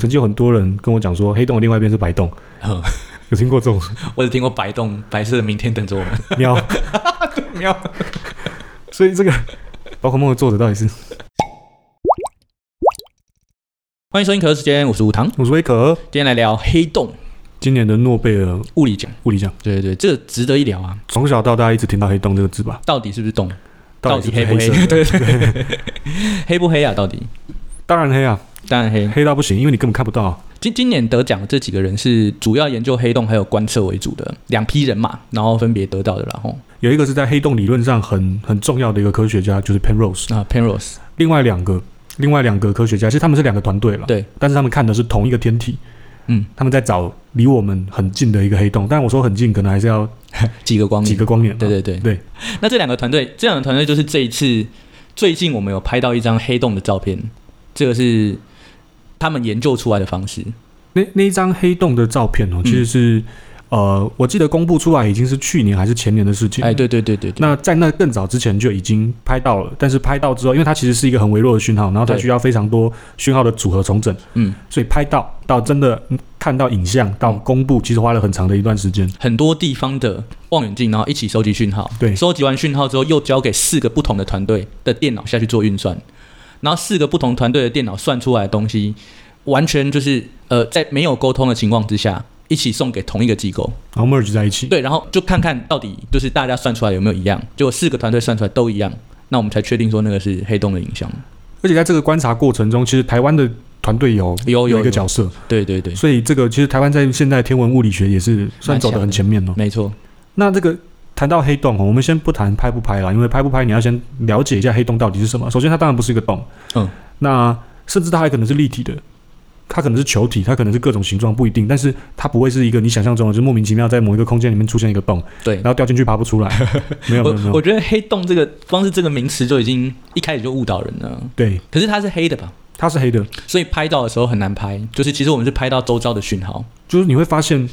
曾经有很多人跟我讲说，黑洞的另外一边是白洞，嗯有听过这 种我只听过白洞，白色的明天等着我们。喵？喵，所以这个宝可梦的作者到底是欢迎收听《可乐时间》，我是吴糖，我是威可，今天来聊黑洞今年的诺贝尔物理奖。物理奖，对对对，这个值得一聊啊，从小到大一直听到黑洞这个字吧？到底是不是洞？到底是黑不不是色黑？的？ 对对对，黑不黑啊？到底？当然黑啊，当然黑。黑到不行，因为你根本看不到啊。今今年得奖的这几个人是主要研究黑洞还有观测为主的两批人马，然后分别得到的啦。然后有一个是在黑洞理论上很很重要的一个科学家，就是 Penrose，啊，Penrose 另外两个。另外两个科学家，其实他们是两个团队了，对，但是他们看的是同一个天体，嗯，他们在找离我们很近的一个黑洞，但我说很近，可能还是要几个光年几个光年嘛，对对对对。那这两个团队，这两个团队就是这一次最近我们有拍到一张黑洞的照片，这个是他们研究出来的方式。那那一张黑洞的照片嗯哦，其实是、呃，我记得公布出来已经是去年还是前年的事情。哎，对对对对对，那在那更早之前就已经拍到了，但是拍到之后，因为它其实是一个很微弱的讯号，然后它对需要非常多讯号的组合重整，嗯，所以拍到到真的嗯看到影像到公布，其实花了很长的一段时间。很多地方的望远镜，然后一起收集讯号，对收集完讯号之后，又交给四个不同的团队的电脑下去做运算，然后四个不同团队的电脑算出来的东西，完全就是呃，在没有沟通的情况之下。一起送给同一个机构，然后 merge 在一起，对，然后就看看到底就是大家算出来有没有一样，结果四个团队算出来都一样，那我们才确定说那个是黑洞的影像。而且在这个观察过程中，其实台湾的团队有有有有一个有角色，对对对，所以这个其实台湾在现在天文物理学也是算走得很前面哦。没错，那这个谈到黑洞哦，我们先不谈拍不拍啦，因为拍不拍你要先了解一下黑洞到底是什么。首先，它当然不是一个洞，嗯，那甚至它还可能是立体的，它可能是球体，它可能是各种形状不一定，但是它不会是一个你想象中的，就是莫名其妙在某一个空间里面出现一个洞，对然。后掉进去爬不出来。没有没有没 我我有，觉得“黑洞”这个光是这个名词就已经一开始就误导人了。对，可是它是黑的吧？它是黑的，所以拍照的时候很难拍，就是其实我们是拍到周遭的讯号。就是你会发现。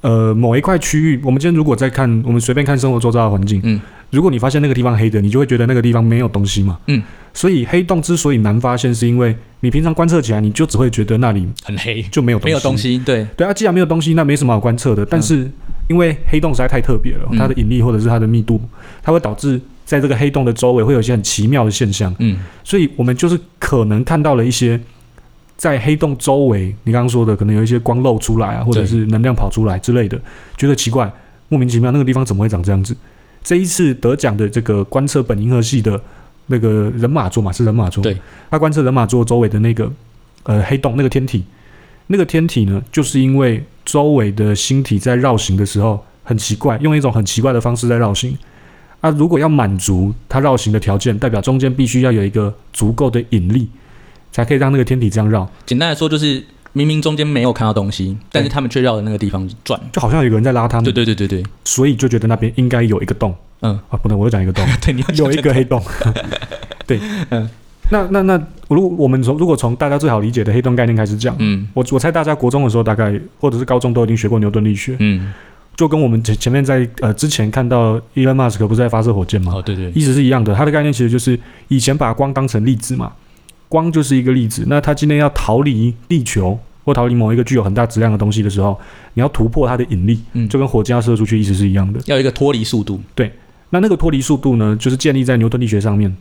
呃，某一块区域，我们今天如果在看，我们随便看生活周遭的环境，嗯，如果你发现那个地方黑的，你就会觉得那个地方没有东西嘛。嗯，所以黑洞之所以难发现，是因为你平常观测起来，你就只会觉得那里很黑，就没有东西。没有东。西。对，对啊，既然没有东西，那没什么好观测的。但是因为黑洞实在太特别了，嗯它的引力或者是它的密度，它会导致在这个黑洞的周围会有一些很奇妙的现象，嗯，所以我们就是可能看到了一些。在黑洞周围，你刚刚说的可能有一些光漏出来啊，或者对是能量跑出来之类的，觉得奇怪，莫名其妙那个地方怎么会长这样子？这一次得奖的这个观测本银河系的那个人马座嘛，是人马座，对，他观测人马座周围的那个呃黑洞那个天体，那个天体呢，就是因为周围的星体在绕行的时候很奇怪，用一种很奇怪的方式在绕行。啊，如果要满足它绕行的条件，代表中间必须要有一个足够的引力，才可以让那个天体这样绕，简单来说就是明明中间没有看到东西，但是他们却绕着那个地方转。就好像有个人在拉他对们，对对对对，所以就觉得那边应该有一个洞。嗯，啊，不能，我又讲一 个洞， 对，你要有一个黑 洞。对，嗯那那那，如果我们从如果从大家最好理解的黑洞概念开始讲，嗯我我猜大家国中的时候，大概或者是高中都已经学过牛顿力学，嗯，就跟我们前前面在呃之前看到 Elon Musk 不是在发射火箭吗？哦对对，意思是一样的，它的概念其实就是以前把光当成粒子嘛，光就是一个粒子，那它今天要逃离地球或逃离某一个具有很大质量的东西的时候，你要突破它的引力，嗯就跟火箭要射出去意思是一样的。要有一个脱离速度。那那个脱离速度呢，就是建立在牛顿力学上面。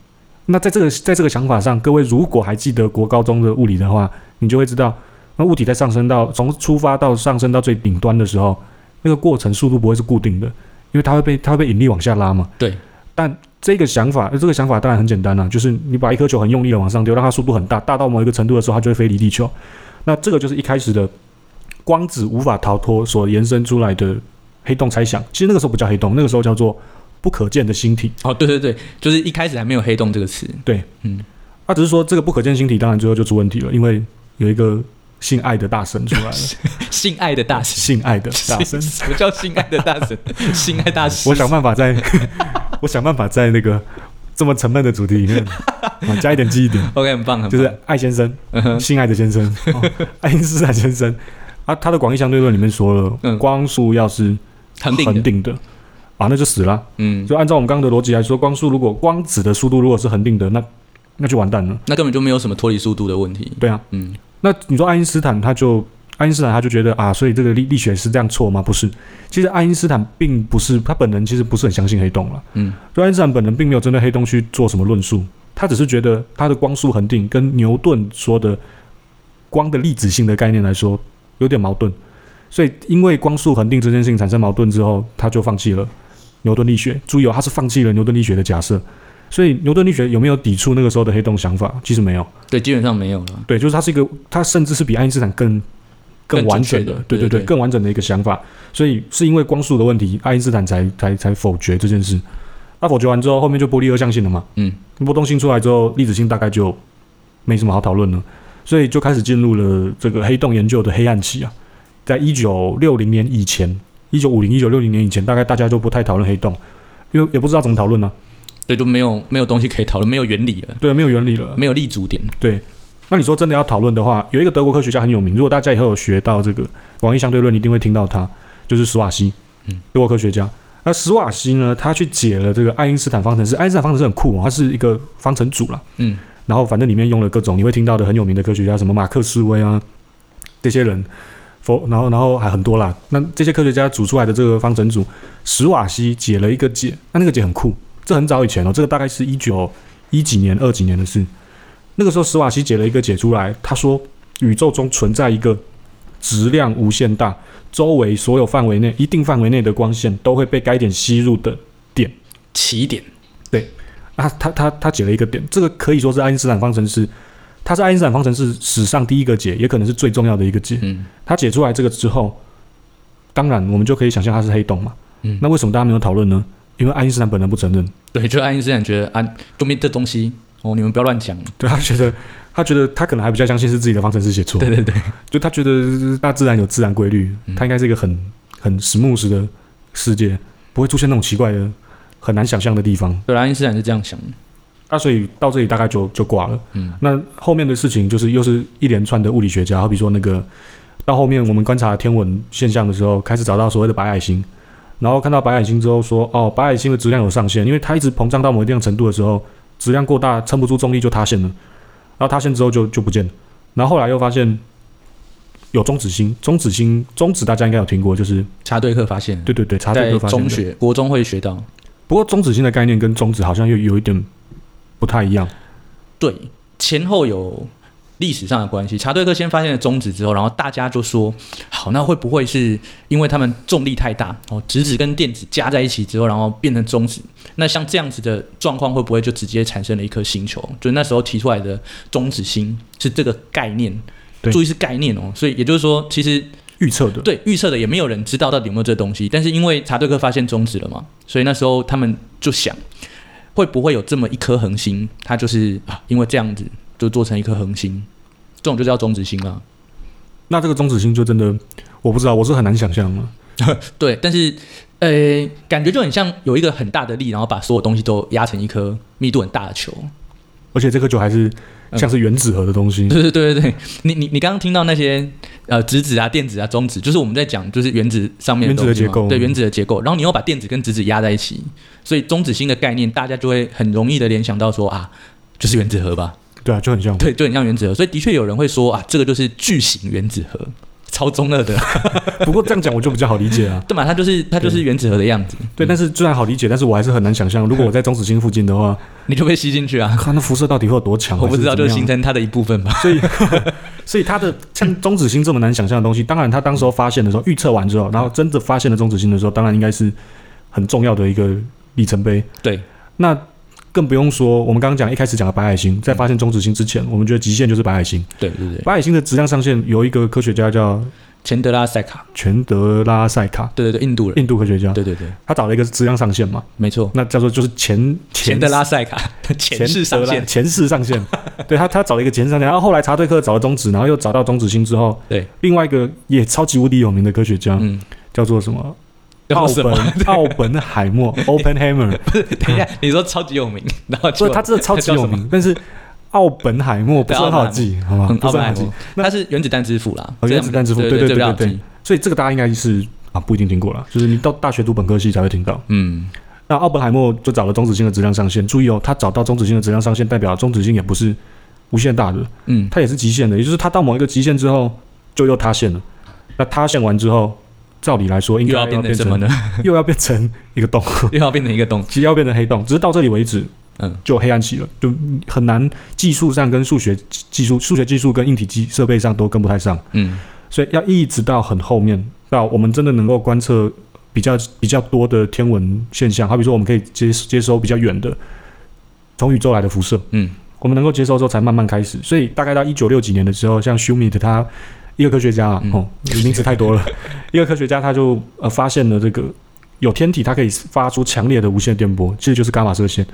那在这个在这个想法上，各位如果还记得国高中的物理的话，你就会知道，那物体在上升到从出发到上升到最顶端的时候，那个过程速度不会是固定的，因为它会被它会被引力往下拉嘛。对。但这个想法，呃这个想法当然很简单啦、就是你把一颗球很用力的往上丢，让它速度很大，大到某一个程度的时候，它就会飞离地球。那这个就是一开始的光子无法逃脱所延伸出来的黑洞猜想。其实那个时候不叫黑洞，那个时候叫做不可见的星体。哦对对对，就是一开始还没有黑洞这个词。他啊只是说这个不可见星体，当然最后就出问题了，因为有一个姓艾的大神出来 了，性爱的大神，姓艾的大 神，什么叫性爱的大 神？性爱大师，我想办法在， 我想办法在那个这么沉闷的主题里面，啊加一点记忆点， OK 很棒，很棒就是艾先生，嗯哼姓艾的先生， 哦爱因斯坦先生，啊，他的广义相对论里面说了，嗯光速要是恒定恒的，定的，啊，那就死了。嗯，就按照我们刚刚的逻辑来说，光速如果光子的速度如果是恒定的，那那就完蛋了。那根本就没有什么脱离速度的问题。对啊，嗯，那你说爱因斯坦他就爱因斯坦他就觉得啊，所以这个力力学是这样错吗？不是，其实爱因斯坦并不是他本人其实不是很相信黑洞了，嗯，所以爱因斯坦本人并没有针对黑洞去做什么论述，他只是觉得它的光速恒定跟牛顿说的光的粒子性的概念来说有点矛盾，所以因为光速恒定这件事情产生矛盾之后，他就放弃了牛顿力学。注意哦，他是放弃了牛顿力学的假设。所以牛顿力学有没有抵触那个时候的黑洞想法？其实没有，对，基本上没有了。对，就是它是一个，它甚至是比爱因斯坦更更完整准确的的，对对对对对，对更完整的一个想法。所以是因为光速的问题，爱因斯坦才才才否决这件事。那否决完之后，后面就波粒二象性了嘛？嗯，波动性出来之后，粒子性大概就没什么好讨论了，所以就开始进入了这个黑洞研究的黑暗期啊。在一九六零年以前，一九五零、一九六零年以前，大概大家就不太讨论黑洞，因为也不知道怎么讨论呢、对，就没有没有东西可以讨论，没有原理了，对，没有原理了。没有立足点。那你说真的要讨论的话，有一个德国科学家很有名，如果大家以后有学到这个广义相对论，一定会听到他，就是史瓦西，嗯，德国科学家。那史瓦西呢，他去解了这个爱因斯坦方程式，爱因斯坦方程式很酷哦，它是一个方程组啦，嗯，然后反正里面用了各种你会听到的很有名的科学家，什么马克思威啊这些人，佛，然后然后还很多啦。那这些科学家组出来的这个方程组，史瓦西解了一个解，那那个解很酷，这很早以前哦，这个大概是一九一几年、二几年的事。那个时候史瓦西解了一个解出来，他说宇宙中存在一个质量无限大，周围所有范围内一定范围内的光线都会被该点吸入的起点，啊，他他他解了一个点，这个可以说是爱因斯坦方程式，它是爱因斯坦方程式史上第一个解，也可能是最重要的一个解。嗯，他解出来这个之后，当然我们就可以想象它是黑洞嘛。嗯那为什么大家没有讨论呢？因为爱因斯坦本人不承认，对，就爱因斯坦觉得啊，就没这东西哦，你们不要乱讲。对他觉得他觉得他可能还比较相信是自己的方程式写错，对对嗯对，就他觉得大自然有自然规律，它应该是一个很很 smooth 的世界，不会出现那种奇怪的、很难想象的地方。对，爱因斯坦是这样想的。那啊所以到这里大概就就挂了。嗯，那后面的事情就是又是一连串的物理学家，好比说那个到后面我们观察天文现象的时候，开始找到所谓的白矮星，然后看到白矮星之后说，哦，白矮星的质量有上限，因为它一直膨胀到某一定的程度的时候，质量过大撑不住重力就塌陷了，然后塌陷之后就就不见了。然后后来又发现有中子星，中子星中子大家应该有听过，就是查对克发现，对对对，查对在克发现中的。学、国中会学到。不过中子星的概念跟中子好像又有一点不太一样。对，前后有历史上的关系。查对克先发现了中子之后，然后大家就说，好，那会不会是因为他们重力太大，哦，质子跟电子加在一起之后，然后变成中子？那像这样子的状况，会不会就直接产生了一颗星球？就那时候提出来的中子星是这个概念。对注意是概念哦，所以也就是说，其实预测的，对预测的也没有人知道到底有没有这东西，但是因为查对克发现中子了嘛，所以那时候他们就想，会不会有这么一颗恒星，它就是、啊、因为这样子就做成一颗恒星，这种就叫中子星了。 那这个中子星就真的我不知道，我是很难想象了。对，但是呃，感觉就很像有一个很大的力，然后把所有东西都压成一颗密度很大的球。而且这个球还是嗯像是原子核的东西， 对对对对对，你你你刚刚听到那些呃质子啊、电子啊、中子，就是我们在讲就是原子上面原子的东西嘛结构对原子的结构，然后你又把电子跟质子压在一起，所以中子星的概念大家就会很容易的联想到说啊，就是原子核吧，对啊，就很像。对，就很像原子核，所以的确有人会说啊，这个就是巨型原子核，超中二的， 不过这样讲我就比较好理解啊。对嘛？它就是它就是原子核的样子，对，但是虽然好理解，但是我还是很难想象，如果我在中子星附近的话，你就被吸进去啊。看那辐射到底会有多强。嗯我不知道，还就是是哦怎形么样成它的一部分吧。所以，所以它的像中子星这么难想象的东西，当然它当时候发现的时候，预测完之后，然后真的发现了中子星的时候，当然应该是很重要的一个里程碑。对，那更不用说我们刚刚讲一开始讲的白矮星，在发现中子星之前，我们觉得极限就是白矮星。对对对，白矮星的质量上限有一个科学家叫钱德拉塞卡，全德拉塞卡，对对对，印度人，印度科学家，对对对，他找了一个质量上限嘛，没错，那叫做就是前钱德拉塞卡， 前世上线。前世上 限，对他他找了一个前世上限，然后后来查对克找了中子，然后又找到中子星之后，对，另外一个也超级无敌有名的科学家、嗯，叫做什么？叫奥做什么本 奥本海默 （Oppenheimer），等一下，你说超级有名，然后不就是他真的超级有叫什名，但是奥本海默不是很好记，好吗嗯？不奥是本很好海记默，，他是原子弹之父啦，哦原子弹之父这对样对这比较好对对记所以这个大家应该是啊不一定听过了，就是你到大学读本科系才会听到。嗯，那奥本海默就找了中子星的质量上限。注意哦，他找到中子星的质量上限，代表中子星也不是无限大的，嗯，它也是极限的，也就是它到某一个极限之后就又塌陷了。那塌陷完之后，照理来说应该又要变变成什么呢？ 又要变成一个洞，又要变成一个洞。其实要变成黑洞，只是到这里为止，嗯，就黑暗期了，就很难技术上跟数学技术、数学技术跟硬体机设备上都跟不太上，嗯所以要一直到很后面，到我们真的能够观测比较比较多的天文现象，好比说我们可以接接收比较远的从宇宙来的辐射，嗯我们能够接收之后才慢慢开始，所以大概到一九六几年的时候，像 Schmidt 他一个科学家啊，嗯哦，名字太多 了，一个科学家他就呃发现了这个有天体，它可以发出强烈的无线电波，其实就是伽马射线，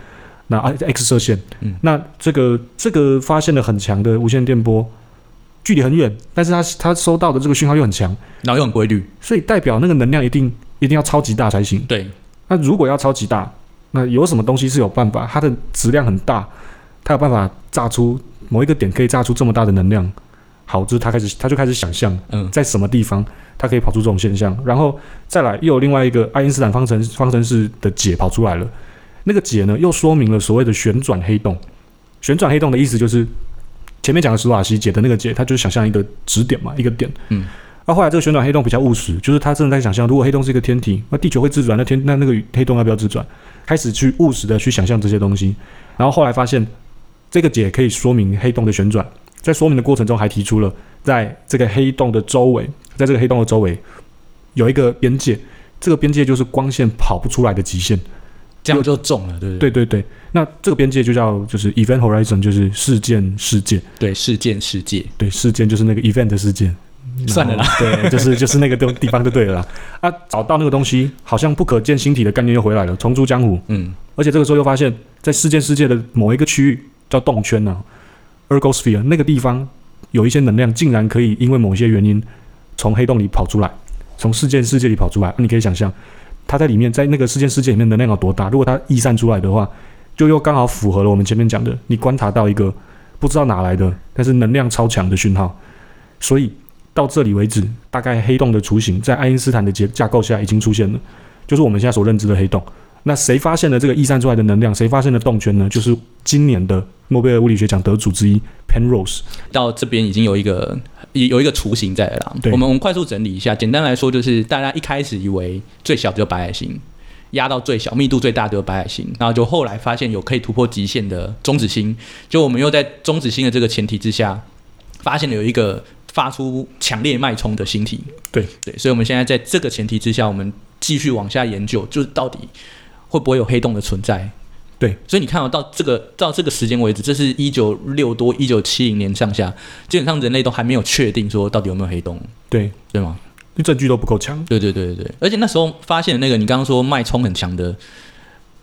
那啊 X 射线，嗯那这个这个发现了很强的无线电波，距离很远，但是他他收到的这个讯号又很强，然后又很规律。所以代表那个能量一定一定要超级大才行。对，那如果要超级大，那有什么东西是有办法？它的质量很大，它有办法炸出某一个点可以炸出这么大的能量。好，就是他开始，他就开始想象嗯在什么地方它可以跑出这种现象，然后再来又有另外一个爱因斯坦方程方程式的解跑出来了。那个解呢，又说明了所谓的旋转黑洞。旋转黑洞的意思就是前面讲的史瓦西解的那个解，它就是想象一个指点嘛，一个点。嗯。那、啊后来这个旋转黑洞比较务实，就是他真的在想象，如果黑洞是一个天体，那地球会自转，那天那那个黑洞要不要自转？开始去务实的去想象这些东西，然后后来发现这个解可以说明黑洞的旋转，在说明的过程中还提出了，在这个黑洞的周围，在这个黑洞的周围有一个边界，这个边界就是光线跑不出来的极限。这样就中了，对不对？对对对，那这个边界就叫就是 event horizon，就是事件世界。对，事件世界，对，事件就是那个 event 的事件。算了啦然后，对，就是就是那个地地方就对了啦。啊，找到那个东西，好像不可见星体的概念又回来了，重出江湖。嗯，而且这个时候又发现，在事件世界的某一个区域叫动圈呢、啊、，ergosphere 那个地方有一些能量，竟然可以因为某些原因从黑洞里跑出来，从事件世界里跑出来。你可以想象，它在里面，在那个事件世界里面能量有多大？如果它溢散出来的话，就又刚好符合了我们前面讲的，你观察到一个不知道哪来的，但是能量超强的讯号。所以到这里为止，大概黑洞的雏形在爱因斯坦的结架构下已经出现了，就是我们现在所认知的黑洞。那谁发现了这个溢散出来的能量？谁发现了动圈呢？就是今年的诺贝尔物理学奖得主之一 Penrose。到这边已经有一个有有一个雏形在了啦。对我们我们快速整理一下，简单来说就是大家一开始以为最小只有白矮星，压到最小密度最大的有白矮星，然后就后来发现有可以突破极限的中子星，就我们又在中子星的这个前提之下，发现了有一个发出强烈脉冲的星体。对对，所以我们现在在这个前提之下，我们继续往下研究，就是到底会不会有黑洞的存在。对，所以你看哦、到这个到这个时间为止，这是一九六多一九七零年上下，基本上人类都还没有确定说到底有没有黑洞，对，对吗？证据都不够强。对对对对对，而且那时候发现的那个你刚刚说脉冲很强的，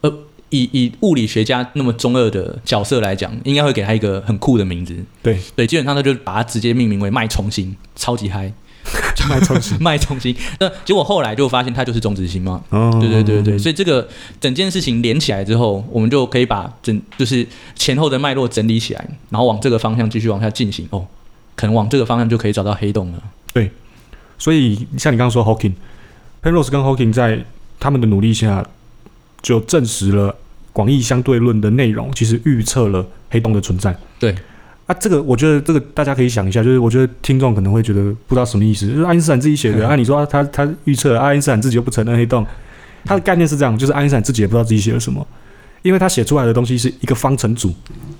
呃，以以物理学家那么中二的角色来讲，应该会给他一个很酷的名字。对对，基本上他就把它直接命名为脉冲星，超级嗨， 脉冲型。 脉冲星。那结果后来就发现它就是中子星嘛。哦对对对对，，所以这个整件事情连起来之后，我们就可以把整就是前后的脉络整理起来，然后往这个方向继续往下进行。哦，可能往这个方向就可以找到黑洞了。所以像你刚刚说 Hawking，Penrose 跟 Hawking 在他们的努力下，就证实了广义相对论的内容，其实预测了黑洞的存在。对。啊，这个我觉得这个大家可以想一下，就是我觉得听众可能会觉得不知道什么意思，就是爱因斯坦自己写的，嗯按、啊、你说他他他预测，啊爱因斯坦自己又不承认黑洞，他的概念是这样，就是爱因斯坦自己也不知道自己写了什么，因为他写出来的东西是一个方程组，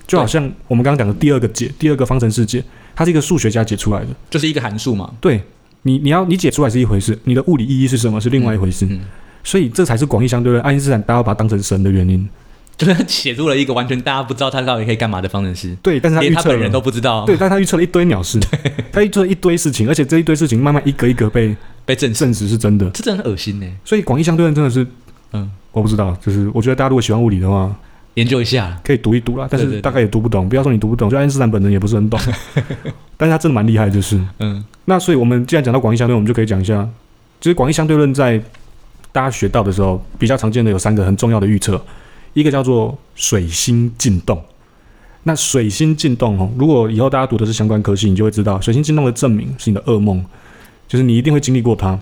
就好像我们刚刚讲的第二个解，第二个方程式解，它是一个数学家解出来的，就是一个函数嘛。对你，你要你解出来是一回事，你的物理意义是什么是另外一回事，嗯，所以这才是广义相对论，爱因斯坦大家要把它当成神的原因。就是他写出了一个完全大家不知道他到底可以干嘛的方程式，对，但是他连预他测本人了，都不知道，对，但他预测了一堆鸟事，他预测了一堆事情，而且这一堆事情慢慢一个一个被被证实，证实是真的。这真的很恶心呢。所以广义相对论真的是，嗯，我不知道，就是我觉得大家如果喜欢物理的话，研究一下，可以读一读啦，但对对是对大概也读不懂。不要说你读不懂，就爱因斯坦本人也不是很 懂，但是他真的蛮厉害，就是。嗯那所以我们既然讲到广义相对论，我们就可以讲一下，就是广义相对论在大家学到的时候，比较常见的有三个很重要的预测，一个叫做水星进洞。那水星进洞哦，如果以后大家读的是相关科系，你就会知道，水星进洞的证明是你的噩梦，就是你一定会经历过它。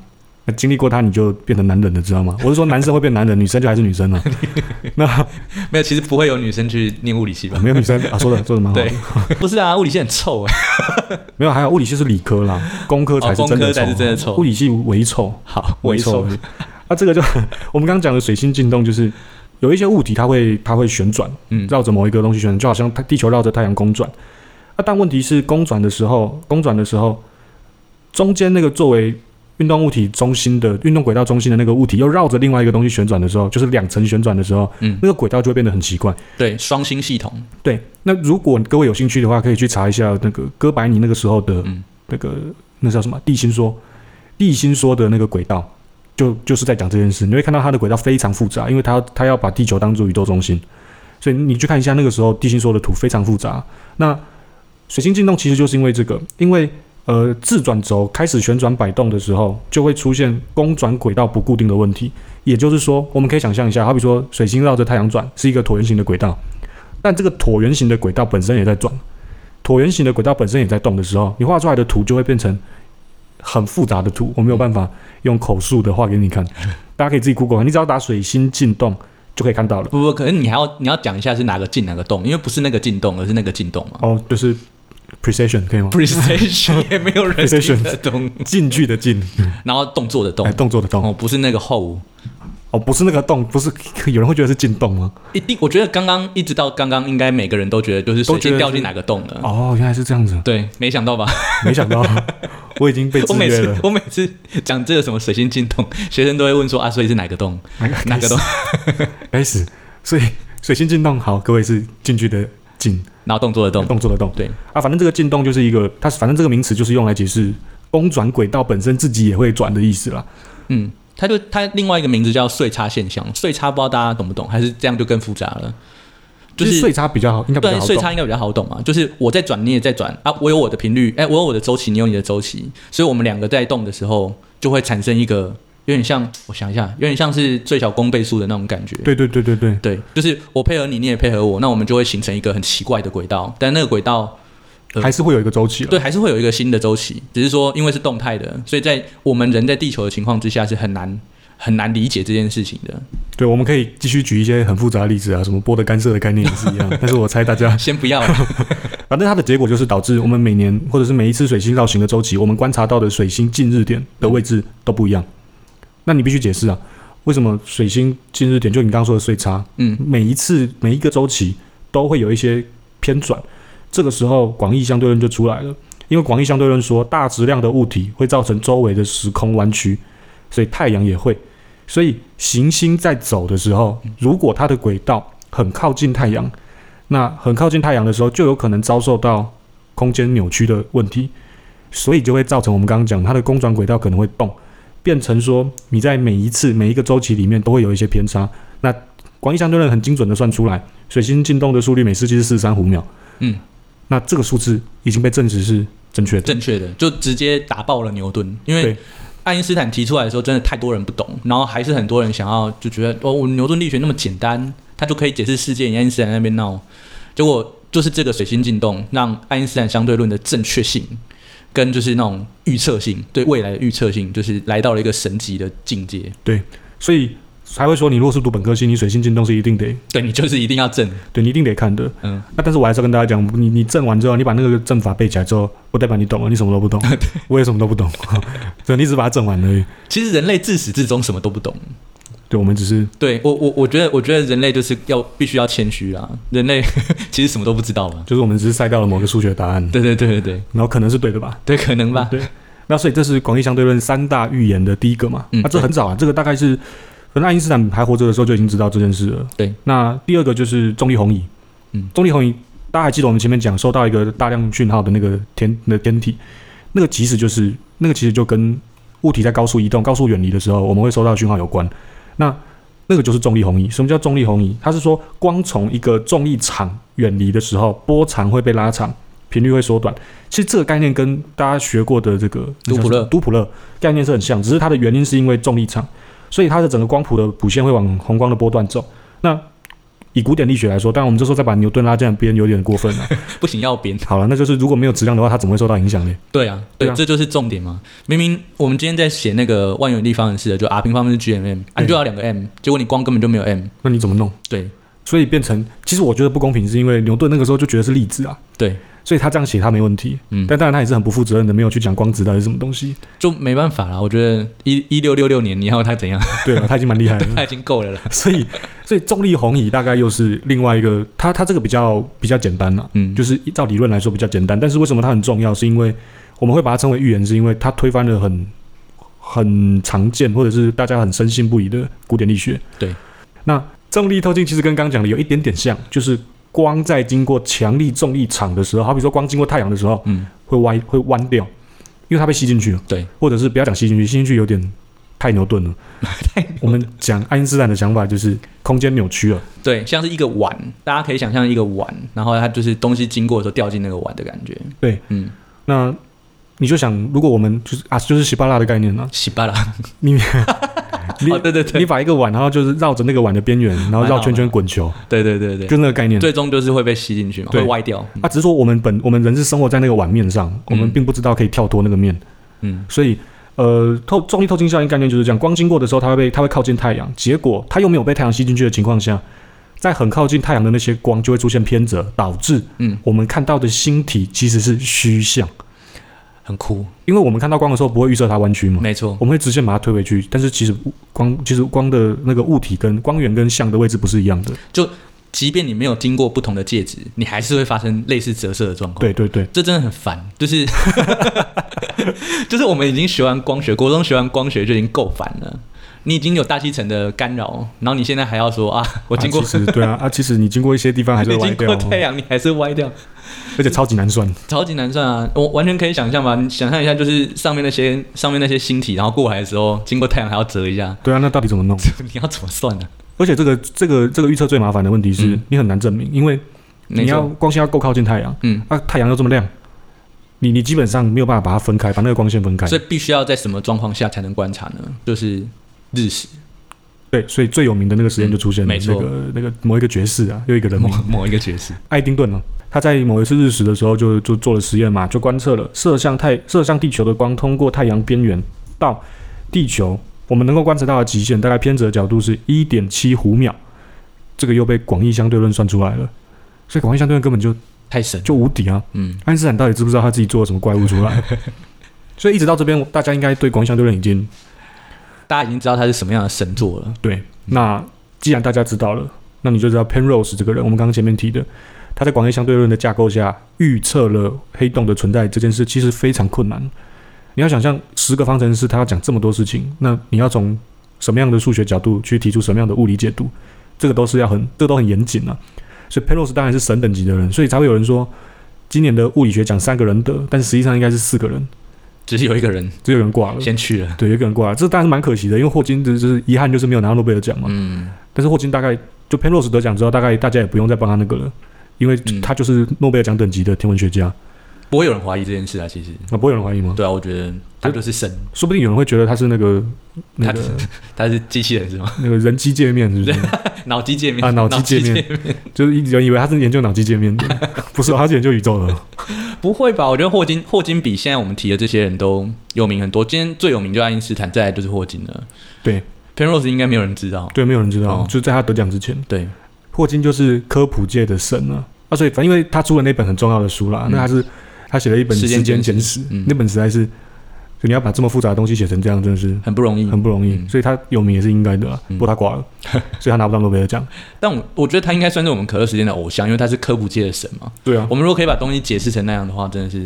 那经历过它，你就变成男人了，知道吗？我是说男生会变男人，女生就还是女生啊了。那没有，其实不会有女生去念物理系吧？没有女生啊，说的说的蛮好 对的，，不是啊，物理系很臭啊。没有还有物理系是理科啦，工科才是真哦工科的啊才是真的臭物理系为臭，好，微微臭而已。啊，这个就我们刚刚讲的水星进动，就是有一些物体它会它会旋转，嗯绕着某一个东西旋转，就好像太地球绕着太阳公转。啊，但问题是公转的时候，公转的时候，中间那个作为运动物体中心的运动轨道中心的那个物体，又绕着另外一个东西旋转的时候，就是两层旋转的时候，嗯那个轨道就会变得很奇怪。对，双星系统，对，那如果各位有兴趣的话，可以去查一下那个哥白尼那个时候的嗯那个、那叫什么地心说，地心说的那个轨道，就就是在讲这件事。你会看到它的轨道非常复杂，因为它它要把地球当做宇宙中心，所以你去看一下那个时候地心说的图非常复杂。那水星进动其实就是因为这个，因为呃自转轴开始旋转摆动的时候，就会出现公转轨道不固定的问题。也就是说，我们可以想象一下，好比说水星绕着太阳转是一个椭圆形的轨道，但这个椭圆形的轨道本身也在转，椭圆形的轨道本身也在动的时候，你画出来的图就会变成很复杂的图，我没有办法用口述的画给你看，嗯大家可以自己 Google，你只要打水星进动就可以看到了。不不，可能你还要你要讲一下是哪个进哪个洞，因为不是那个进洞，而是那个进洞嘛。 哦，就是 precision 可以嗯吗？ Precision 也没有人听 Precision 得懂，进去的进，然后动作的动哎，，动作的动，哦，不是那个后，哦，不是那个动，不是有人会觉得是进动吗？一定，我觉得刚刚一直到刚刚，应该每个人都觉得就是水都觉晶得掉进哪个洞了。哦，原来是这样子，对，没想到吧？没想 到我已经被我制每约次了，我每次讲这个什么水星进洞，学生都会问说啊，所以是哪个洞？哪个洞？开始，哎所以水星进动好，各位是进去的进，然后动作的动。动作的动，对啊，反正这个进动就是一个，它是反正这个名词就是用来解释公转轨道本身自己也会转的意思啦。嗯，它就它另外一个名字叫岁差现象，岁差不知道大家懂不懂，还是这样就更复杂了。就其实是岁差比较好，应该比较对好岁懂。差应该比较好懂嘛，就是我在转，你也在转啊，我有我的频率，哎、我有我的周期，你有你的周期，所以我们两个在动的时候就会产生一个有点像，我想一下，有点像是最小公倍数的那种感觉。对对对对对，对，就是我配合你，你也配合我，那我们就会形成一个很奇怪的轨道，但那个轨道呃还是会有一个周期了。对，还是会有一个新的周期，只是说因为是动态的，所以在我们人在地球的情况之下是很难很难理解这件事情的。对，我们可以继续举一些很复杂的例子啊，什么波的干涉的概念也是一样。但是我猜大家，先不要啦，反正它的结果就是导致我们每年或者是每一次水星绕行的周期，我们观察到的水星近日点的位置都不一样。那你必须解释啊，为什么水星近日点就你刚刚说的岁差，嗯，每一次每一个周期都会有一些偏转，这个时候广义相对论就出来了。因为广义相对论说，大质量的物体会造成周围的时空弯曲，所以太阳也会。所以行星在走的时候，如果它的轨道很靠近太阳，那很靠近太阳的时候，就有可能遭受到空间扭曲的问题，所以就会造成我们刚刚讲它的公转轨道可能会动，变成说你在每一次每一个周期里面都会有一些偏差。那广义相对论很精准的算出来，水星进动的速率每世纪是四三五秒。嗯，那这个数字已经被证实是正确的。正确的，就直接打爆了牛顿，因为对。爱因斯坦提出来的时候，真的太多人不懂，然后还是很多人想要就觉得哦，我牛顿力学那么简单，他就可以解释世界。爱因斯坦在那边闹，结果就是这个水星进动，让爱因斯坦相对论的正确性跟就是那种预测性，对未来的预测性，就是来到了一个神级的境界。所以才会说，你如果是读本科系，你水星进动是一定得，对你就是一定要正，对你一定得看的。嗯，那啊但是我还是要跟大家讲，你你证完之后，你把那个证法背起来之后，不代表你懂了，你什么都 不懂。我也什么都不懂， 对，你只把它证完而已。其实人类自始至终什么都不懂。对，我们只是对我我我觉得我觉得人类就是要必须要谦虚啊，人类 其实什么都不知道嘛。啊就是我们只是塞到了某个数学答案，对对对对对然后可能是对的吧？ 嗯对，可能吧。对。那所以这是广义相对论三大预言的第一个嘛？那、嗯这很早啊，这个大概是可能爱因斯坦还活着的时候就已经知道这件事了。对。那第二个就是重力红移。嗯，重力红移，大家还记得我们前面讲收到一个大量讯号的那个天那个天体，那个其实就是那个其实就跟物体在高速移动、高速远离的时候，我们会收到讯号有关。那那个就是重力红移。什么叫重力红移？它是说光从一个重力场远离的时候，波长会被拉长，频率会缩短。其实这个概念跟大家学过的这个杜普勒杜普勒概念是很像，只是它的原因是因为重力场，所以它的整个光谱的谱线会往红光的波段走。那以古典力学来说，当然我们这时候再把牛顿拉进来编有点过分了、不行要编。好了，那就是如果没有质量的话，它怎么会受到影响呢？对啊，对，对啊这就是重点嘛。明明我们今天在写那个万有引力方程式的，就 r 平方是 gmm，啊，对你就要两个 m，结果你光根本就没有 m。那你怎么弄？对所以变成，其实我觉得不公平，是因为牛顿那个时候就觉得是粒子啊，对，所以他这样写他没问题。嗯，但当然他也是很不负责任的，没有去讲光子到底是什么东西。就没办法啦。我觉得一一六六六年你要他怎样，对 啊，他已经蛮厉害他了。已经够了啦。所以，所以重力红移大概又是另外一个，他他这个比较比较简单了、啊嗯，就是照理论来说比较简单，但是为什么它很重要？是因为我们会把它称为预言，是因为它推翻了很很常见或者是大家很深信不疑的古典力学。对，那重力透镜其实跟刚刚讲的有一点点像，就是光在经过强力重力场的时候，好比说光经过太阳的时候嗯，会歪会弯掉，因为它被吸进去了。对，或者是不要讲吸进去，吸进去有点太牛 顿了。我们讲爱因斯坦的想法就是空间扭曲了。对，像是一个碗，大家可以想象一个碗，然后它就是东西经过的时候掉进那个碗的感觉。对，嗯，那你就想，如果我们就是啊，就是希巴拉的概念啊，洗巴啦。 你哦，对对对你把一个碗，然后就是绕着那个碗的边缘，然后绕圈圈滚球，对对对对，就那个概念。最终就是会被吸进去嘛，对会歪掉。嗯啊，只是说我们本我们人是生活在那个碗面上，我们并不知道可以跳脱那个面，嗯，所以呃，透重力透镜效应概念就是这样，光经过的时候，它会被它会靠近太阳，结果它又没有被太阳吸进去的情况下，在很靠近太阳的那些光就会出现偏折，导致嗯我们看到的星体其实是虚像，很酷，因为我们看到光的时候不会预设它弯曲嘛，没错。我们会直线把它推回去，但是其实光其实光的那个物体跟光源跟像的位置不是一样的，即便你没有经过不同的介质，你还是会发生类似折射的状况。对对对。这真的很烦，就是 就是我们已经学完光学，国中学完光学就已经够烦了。你已经有大气层的干扰，然后你现在还要 说啊，我经过、啊、 其实对啊啊，其实你经过一些地方还是你会经歪掉过哦、太阳，你还是歪掉，而且超级难算。超级难算啊！我完全可以想象吧，你想象一下，就是上面那些上面那些星体，然后过来的时候，经过太阳还要折一下， 对啊，那到底怎么弄？你要怎么算啊呢、而且这个这个这个预测最麻烦的问题是、嗯你很难证明，因为没你错要光线要够靠近太阳嗯，啊，太阳又这么亮，你你基本上没有办法把它分开，把那个光线分开所。以必须要在什么状况下才能观察呢？就是日食，对，所以最有名的那个实验就出现了，嗯没那错个那个某一个爵士啊，又一个人 某名某一个爵士，爱丁顿呢、他在某一次日食的时候就就做了实验嘛，就观测了射向太射向地球的光通过太阳边缘到地球，我们能够观测到的极限大概偏折角度是一点七弧秒，这个又被广义相对论算出来了。所以广义相对论根本就太神了，就无敌啊！嗯，爱因斯坦到底知不知道他自己做了什么怪物出来？ 所以一直到这边，大家应该对广义相对论已经大家已经知道他是什么样的神作了，对，那既然大家知道了，那你就知道 Penrose 这个人，我们刚刚前面提的，他在广义相对论的架构下预测了黑洞的存在这件事，其实非常困难。你要想象十个方程式，他要讲这么多事情，那你要从什么样的数学角度去提出什么样的物理解读，这个都是要很，这个都很严谨啊。所以 Penrose 当然是神等级的人，所以才会有人说，今年的物理学奖三个人得，但实际上应该是四个人， 只是有一个 人只有人挂了。先去了，对，有一个人挂了，这当然是蛮可惜的，因为霍金就是遗憾就是没有拿到诺贝尔奖嘛。嗯，但是霍金大概就 Penrose 得奖之后，大概大家也不用再帮他那个了，因为嗯他就是诺贝尔奖等级的天文学家，不会有人怀疑这件事啊，其实，那、不会有人怀疑吗？对啊，我觉得他就是神，说不定有人会觉得他是那个那个他是机器人是吗？ 那个人机界面，是不是？脑机界面 啊脑机界面面，就是一人以为他是研究脑机界面 的，不是哦，他是研究宇宙的。不会吧？我觉得霍金霍金比现在我们提的这些人都有名很多，今天最有名就爱因斯坦，再来就是霍金了，对，Penrose 应该没有人知道，对，没有人知道，哦就在他得奖之前，对，霍金就是科普界的神啊。啊，所以反正因为他出了那本很重要的书啦，嗯那他是他写了一本《时间时间简简史》，史嗯那本实在是，就你要把这么复杂的东西写成这样，真的是很不容易，很不容易，嗯所以他有名也是应该的、啊，嗯不过他挂了， 所以他拿不到诺贝尔奖。但我我觉得他应该算是我们可乐时间的偶像，因为他是科普界的神嘛。对啊我，们如果可以把东西解释成那样的话，真的是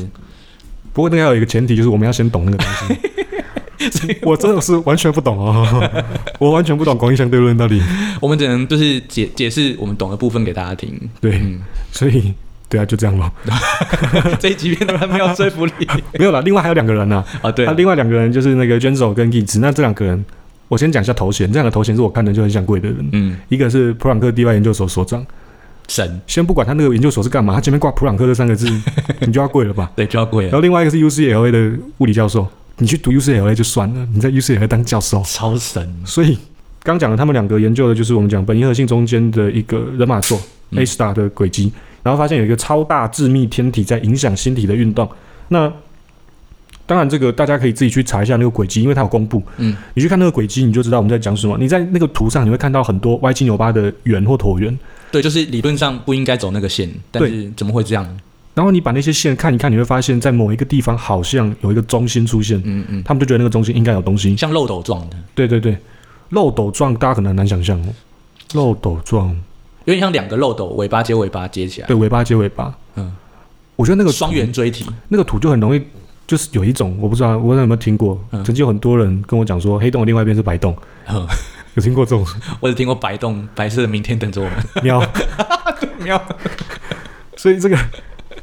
不过那个要有一个前提，就是我们要先懂那个东西。 我真的是完全不懂哦， 我完全不懂广义相对论到底。我们只能就是解解释我们懂的部分给大家听。对，嗯， 所以对啊，就这样咯。这一集变得没有说服 力没有了，另外还有两个人呢、啊。 对啊，另外两个人就是那个 j e n z o 跟 Giz。那这两个人，我先讲一下头衔，这两个头衔是我看的就很想跪的人。嗯，一个是普朗克地外研究所所长，神先不管他那个研究所是干嘛，他前面挂普朗克这三 个字，你就要跪了吧。对就要贵然了，后另外一个是 UCLA 的物理教授，你去读 UCLA 就算了，你在 UCLA 当教授，超神。所以刚讲的他们两个研究的就是我们讲苯银河系中间的一个人马座嗯 A star 的轨迹，然后发现有一个超大致密天体在影响星体的运动。那当然，这个大家可以自己去查一下那个轨迹，因为它有公布。嗯，你去看那个轨迹，你就知道我们在讲什么。你在那个图上，你会看到很多歪七扭八的圆或椭圆。对，就是理论上不应该走那个线，但是怎么会这样？然后你把那些线看一看，你会发现在某一个地方好像有一个中心出现，嗯嗯，他们就觉得那个中心应该有东西。像漏斗状的，对对对，漏斗状大家可能很难想象哦，漏斗状有点像两个漏斗，尾巴接尾巴接起来，对尾巴接尾巴，嗯，我觉得那那个双图圆锥体，那个图就很容易，就是有一种我不知道，我不知道有没有听过，嗯曾经有很多人跟我讲说黑洞的另外一边是白洞，嗯有听过这种 我只听过白洞，白色的明天等着我们。喵？喵，所以这个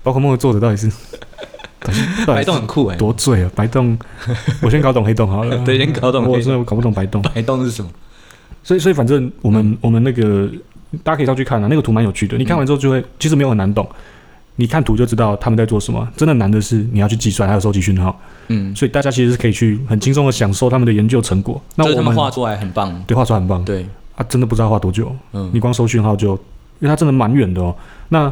宝可梦的作者到底是到底是到底白是洞很酷哎、多醉啊？白洞，我先搞懂黑洞好了，对先搞懂黑洞我真的搞不懂白洞，白哎洞是什么？所以所以反正我们、嗯我们那个大家可以上去看啊，那个图蛮有趣的，你看完之后就会、其实没有很难懂。你看图就知道他们在做什么，真的难的是你要去计算，还有收集讯号，嗯，所以大家其实是可以去很轻松的享受他们的研究成果。那就是我他们们画出来很棒。对，画出来很棒。对，啊，真的不知道画多久，嗯你光收讯号就，因为它真的蛮远的哦。那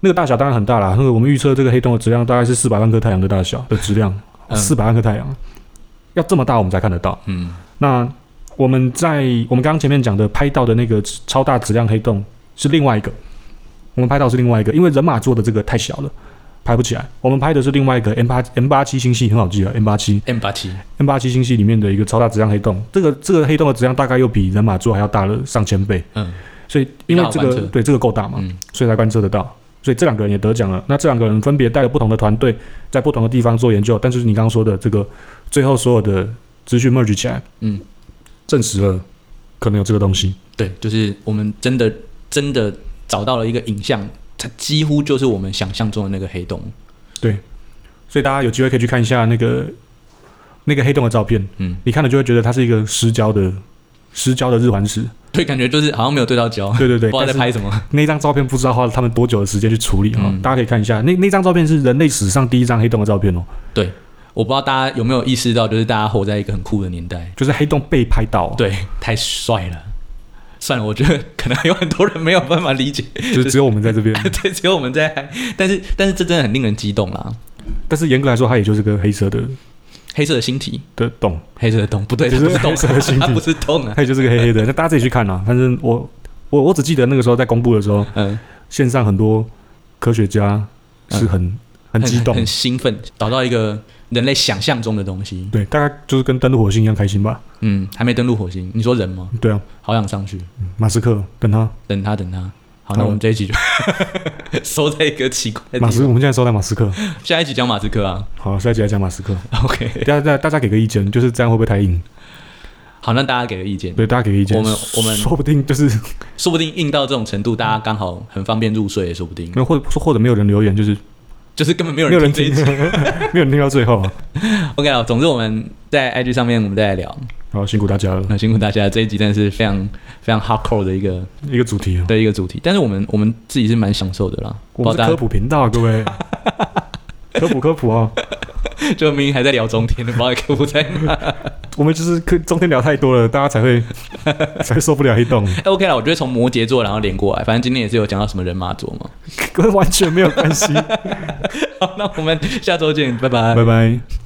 那个大小当然很大啦，那个我们预测这个黑洞的质量大概是四百万颗太阳的大小的质量，嗯四百、万颗太阳，要这么大我们才看得到。嗯那我们在我们刚刚前面讲的拍到的那个超大质量黑洞是另外一个，我们拍到是另外一个，因为人马座的这个太小了。拍不起来，我们拍的是另外一个 M 八 M 八七星系，很好记啊，M 八七，M 八七， M 八七星系里面的一个超大质量黑洞，这个这个黑洞的质量大概又比人马座还要大了上千倍，嗯所以因为这比较好观个测对这个够大嘛，嗯所以才观测得到。所以这两个人也得奖了。那这两个人分别带了不同的团队，在不同的地方做研究，但是你刚刚说的这个最后所有的资讯 merge 起来，嗯，证实了可能有这个东西。对，就是我们真的真的找到了一个影像，它几乎就是我们想象中的那个黑洞。所以大家有机会可以去看一下那个那个黑洞的照片，嗯，你看了就会觉得它是一个失焦的失焦的日环 食。对，感觉就是好像没有对到焦，对对对，不知道在但是拍什么。那张照片不知道花了他们多久的时间去处理啊、嗯大家可以看一下，那那张照片是人类史上第一张黑洞的照片哦，我不知道大家有没有意识到，就是大家活在一个很酷的年代。就是黑洞被拍到、哦，对，太帅了。算了，我觉得可能有很多人没有办法理解， 就是只有我们在这边。对，只有我们在。但是，但是这真的很令人激动啦！但是严格来说，它也就是个黑色的黑色的星体，的洞，黑色的洞，不对，它就是不是洞黑色的星，体 它不是洞啊。它也就是个黑 黑的。那大家自己去看啊，反正我我我只记得那个时候在公布的时候，嗯，线上很多科学家是很、很激动很，兴奋，找到一个人类想象中的东西。对，大概就是跟登陆火星一样开心吧。嗯，还没登陆火星，你说人吗？对啊，好想上去，马斯克跟他等他等他。好，好那我们这一集就 收在一个奇怪的马地斯，方。我们现在收到马斯克，下一集讲马斯克啊。好，下一集来讲马 斯克。 OK，大家大家大家给个意见，就是这样会不会太硬？好，那大家给个意见，对，大家给个意见。我们我 们说不定就是说不定硬到这种程度，大家刚好很方便入睡，也说不定没。有，或者或者没有人留言，就是就是根本没有没有人人听这听一集。， 没有人听到最后啊。 OK 啊，总之我们在 IG 上面我们再来聊。好，辛苦大家了，那辛苦大家，这一集真的是非常非常 hardcore 的一个一个主题啊，的一个主题，但是我们我们自己是蛮享受的啦。我不们知是道科大普频道啊，各 位，科普科普啊，家就明明还在聊中天的，不知道客户在哪。 我们就是科中间聊太多了，大家才会 才会受不了黑 洞，哎 OK 了，我觉得从摩羯座然后连过来，反正今天也是有讲到什么人马座嘛。 跟完全没有关系。好，那我们下周见，拜拜 拜。拜。